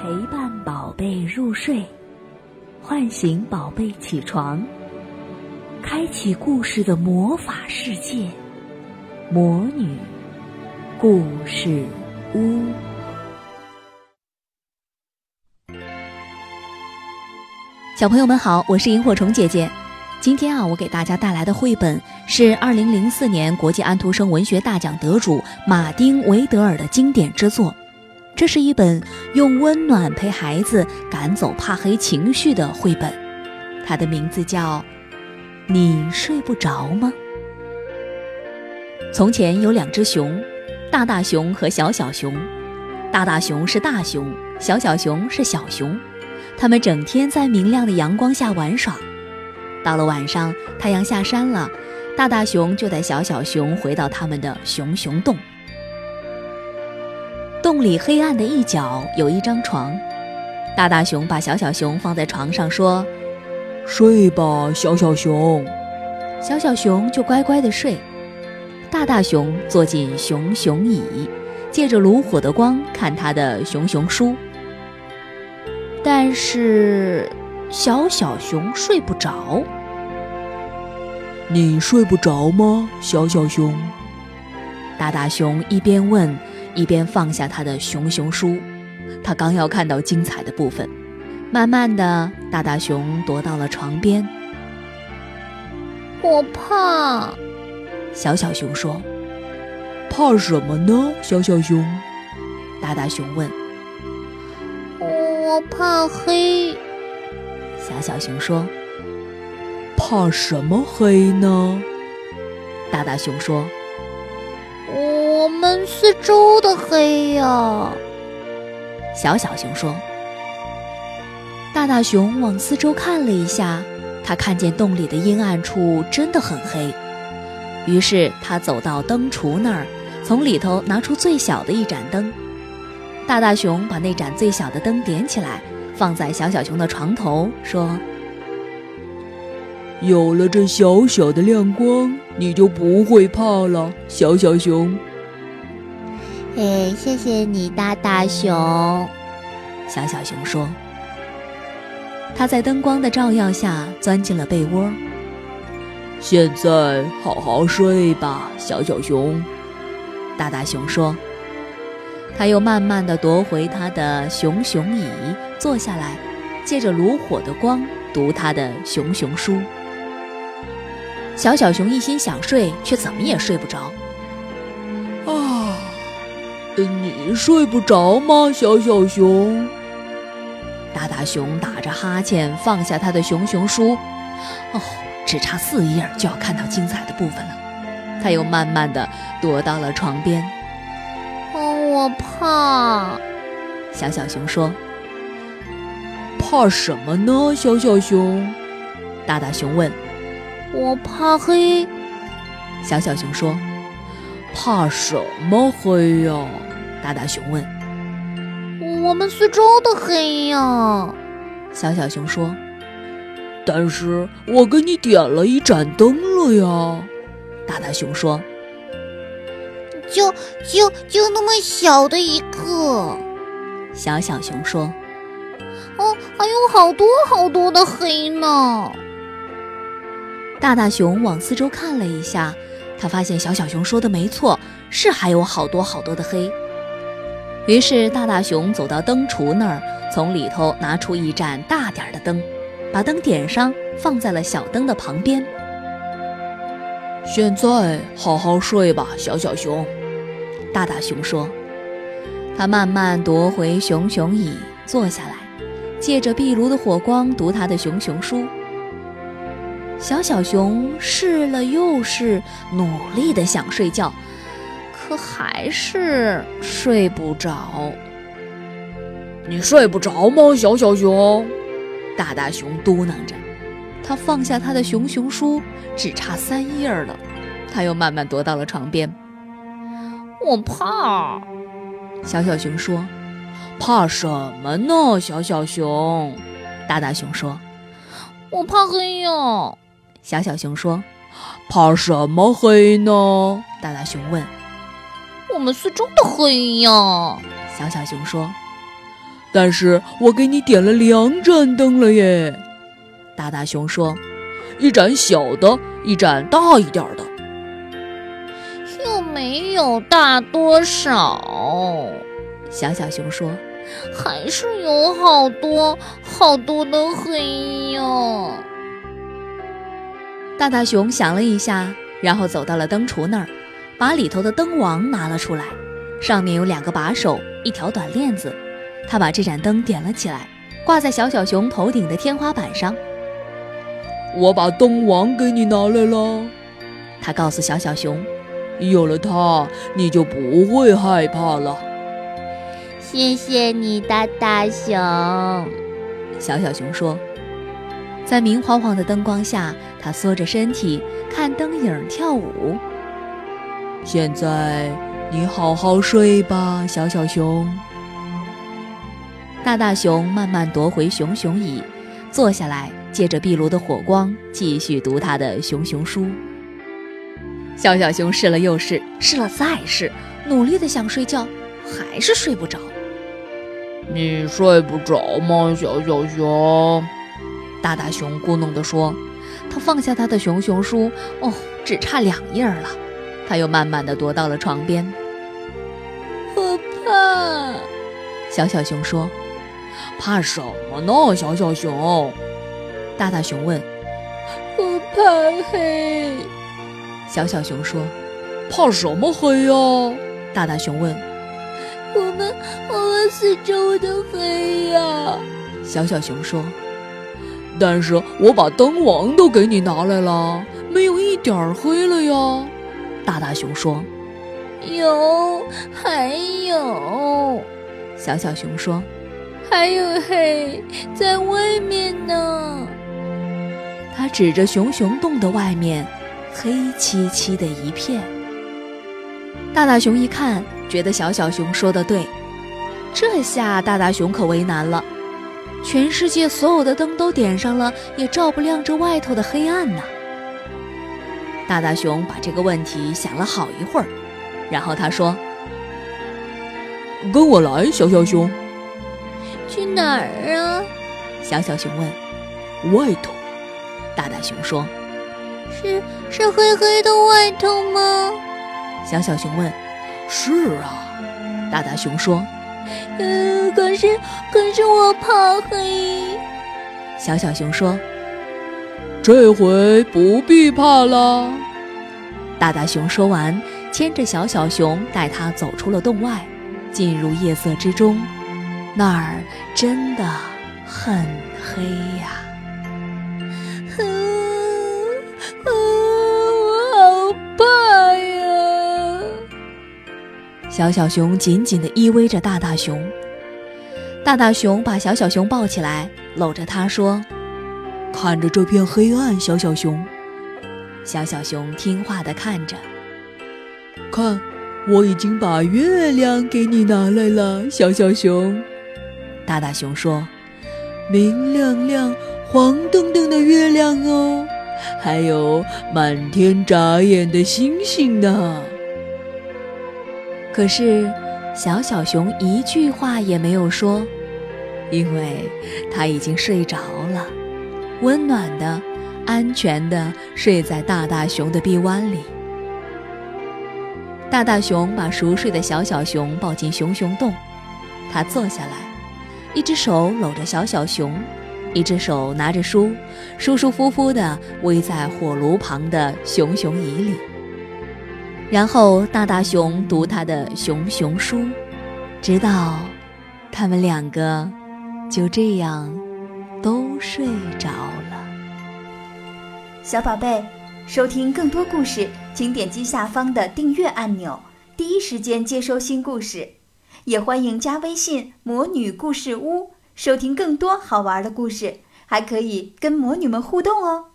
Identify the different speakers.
Speaker 1: 陪伴宝贝入睡，唤醒宝贝起床，开启故事的魔法世界——魔女故事屋。小朋友们好，我是萤火虫姐姐。今天啊，我给大家带来的绘本是2004年国际安徒生文学大奖得主马丁·维德尔的经典之作。这是一本用温暖陪孩子赶走怕黑情绪的绘本，它的名字叫《你睡不着吗》。从前有两只熊，大大熊和小小熊。大大熊是大熊，小小熊是小熊。它们整天在明亮的阳光下玩耍。到了晚上，太阳下山了，大大熊就带小小熊回到他们的熊熊洞。洞里黑暗的一角有一张床，大大熊把小小熊放在床上说
Speaker 2: 睡吧，小小熊。：“
Speaker 1: 小小熊就乖乖的睡。”大大熊坐进熊熊椅，借着炉火的光看他的熊熊书。但是，小小熊睡不着。
Speaker 2: 你睡不着吗，小小熊？
Speaker 1: 大大熊一边问，一边放下他的熊熊书。他刚要看到精彩的部分，慢慢的，大大熊踱到了床边。
Speaker 3: 我怕，
Speaker 1: 小小熊说
Speaker 2: 怕什么呢，小小熊？：“
Speaker 1: 大大熊问。”
Speaker 3: 我怕黑，
Speaker 1: 小小熊说
Speaker 2: 怕什么黑呢？：“
Speaker 1: 大大熊说，
Speaker 3: 我们四周的黑呀、
Speaker 1: 小小熊说。”大大熊往四周看了一下，他看见洞里的阴暗处真的很黑。于是他走到灯橱那儿，从里头拿出最小的一盏灯。大大熊把那盏最小的灯点起来，放在小小熊的床头，说
Speaker 2: 有了这小小的亮光，你就不会怕了，小小熊。
Speaker 3: 哎，谢谢你，大大熊。：“哦
Speaker 1: 小小熊说。”他在灯光的照耀下钻进了被窝。
Speaker 2: 现在好好睡吧，小小熊。
Speaker 1: 大大熊说。他又慢慢地夺回他的熊熊椅，坐下来，借着炉火的光读他的熊熊书。小小熊一心想睡，却怎么也睡不着。
Speaker 2: 啊，呃你睡不着吗，小小熊？
Speaker 1: 大大熊打着哈欠放下他的熊熊书，哦，只差四页儿就要看到精彩的部分了。他又慢慢地躲到了床边。
Speaker 3: 哦，我怕，
Speaker 1: 小小熊说
Speaker 2: 怕什么呢，小小熊？：“
Speaker 1: 大大熊问。
Speaker 3: 我怕黑，”
Speaker 1: 小小熊说
Speaker 2: 怕什么黑呀、：“
Speaker 1: 大大熊问。”
Speaker 3: 我们四周的黑呀、
Speaker 1: 小小熊说。
Speaker 2: 但是我给你点了一盏灯了呀。
Speaker 1: 大大熊说。
Speaker 3: 就就就那么小的一个。
Speaker 1: 小小熊说
Speaker 3: 哦，还有好多好多的黑呢。：“
Speaker 1: 大大熊往四周看了一下，他发现小小熊说的没错，是还有好多好多的黑。”于是大大熊走到灯橱那儿，从里头拿出一盏大点儿的灯，把灯点上，放在了小灯的旁边。
Speaker 2: 现在好好睡吧，小小熊。
Speaker 1: 大大熊说：“他慢慢夺回熊熊椅，坐下来，借着壁炉的火光读他的熊熊书。”小小熊试了又试，努力的想睡觉，可还是睡不着。
Speaker 2: 你睡不着吗，小小熊？
Speaker 1: 大大熊嘟囔着，他放下他的熊熊书，只差三页儿了。他又慢慢踱到了床边。
Speaker 3: 我怕，
Speaker 1: 小小熊说
Speaker 2: 怕什么呢，小小熊？：“
Speaker 1: 大大熊说，
Speaker 3: 我怕黑呀、
Speaker 1: 小小熊说。”
Speaker 2: 怕什么黑呢？
Speaker 1: 大大熊问。
Speaker 3: 我们四周的黑呀、
Speaker 1: 小小熊说
Speaker 2: 但是我给你点了两盏灯了耶。”
Speaker 1: 大大熊说
Speaker 2: 一盏小的，一盏大一点儿的。
Speaker 3: 又没有大多少，：“
Speaker 1: 小小熊说，
Speaker 3: 还是有好多好多的黑呀。
Speaker 1: 大大熊想了一下，然后走到了灯橱那儿，把里头的灯网拿了出来，上面有两个把手，一条短链子。他把这盏灯点了起来，挂在小小熊头顶的天花板上。
Speaker 2: 我把灯王给你拿来了，
Speaker 1: 他告诉小小熊，
Speaker 2: 有了它，你就不会害怕了。
Speaker 3: 谢谢你，大大熊。
Speaker 1: 小小熊说：“在明晃晃的灯光下，他缩着身体看灯影儿跳舞。
Speaker 2: 现在你好好睡吧，小小熊。
Speaker 1: 大大熊慢慢夺回熊熊椅，坐下来，借着壁炉的火光继续读他的熊熊书。小小熊试了又试，试了再试，努力的想睡觉，还是睡不着。
Speaker 2: 你睡不着吗，小小熊？
Speaker 1: 大大熊咕哝地说：“他放下他的熊熊书，哦，只差两页儿了。”他又慢慢地踱到了床边。
Speaker 3: 我怕。
Speaker 1: 小小熊说
Speaker 2: 怕什么呢，小小熊？：“
Speaker 1: 大大熊问。
Speaker 3: 我怕黑，”
Speaker 1: 小小熊说
Speaker 2: 怕什么黑呀、：“
Speaker 1: 啊大大熊问。”
Speaker 3: 我们我们四周的黑呀、
Speaker 1: 小小熊说
Speaker 2: 但是我把灯王都给你拿来了，没有一点儿黑了呀。：“
Speaker 1: 大大熊说。
Speaker 3: 有还有”
Speaker 1: 小小熊说
Speaker 3: 还有黑在外面呢。：“
Speaker 1: 他指着熊熊洞的外面，黑漆漆的一片。”大大熊一看，觉得小小熊说的对，这下大大熊可为难了。全世界所有的灯都点上了，也照不亮这外头的黑暗呐。大大熊把这个问题想了好一会儿，然后他说
Speaker 2: 跟我来，小小熊。
Speaker 3: 去哪儿啊？：“
Speaker 1: 小小熊问。
Speaker 2: 外头，”
Speaker 1: 大大熊说
Speaker 3: 是是黑黑的外头吗？：“
Speaker 1: 小小熊问。
Speaker 2: 是啊，”
Speaker 1: 大大熊说
Speaker 3: 嗯，可是可是我怕黑。：“
Speaker 1: 小小熊说。”
Speaker 2: 这回不必怕了。
Speaker 1: 大大熊说完，牵着小小熊带它走出了洞外，进入夜色之中。那儿真的很黑呀、
Speaker 3: 嗯嗯，我好怕呀！
Speaker 1: 小小熊紧紧地依偎着大大熊。大大熊把小小熊抱起来，搂着它说
Speaker 2: 看着这片黑暗，小小熊，：“
Speaker 1: 小小熊听话地看着。
Speaker 2: 看，我已经把月亮给你拿来了，小小熊，”
Speaker 1: 大大熊说
Speaker 2: 明亮亮、黄澄澄的月亮哦，还有满天眨眼的星星呢。：“
Speaker 1: 可是，小小熊一句话也没有说，因为它已经睡着了，温暖的、安全的睡在大大熊的臂弯里。大大熊把熟睡的小小熊抱进熊熊洞，它坐下来，一只手搂着小小熊，一只手拿着书，舒舒服服地偎在火炉旁的熊熊椅里。然后大大熊读他的熊熊书，直到他们两个就这样都睡着了。
Speaker 4: 小宝贝，收听更多故事，请点击下方的订阅按钮，第一时间接收新故事。也欢迎加微信“魔女故事屋”，收听更多好玩的故事，还可以跟魔女们互动哦。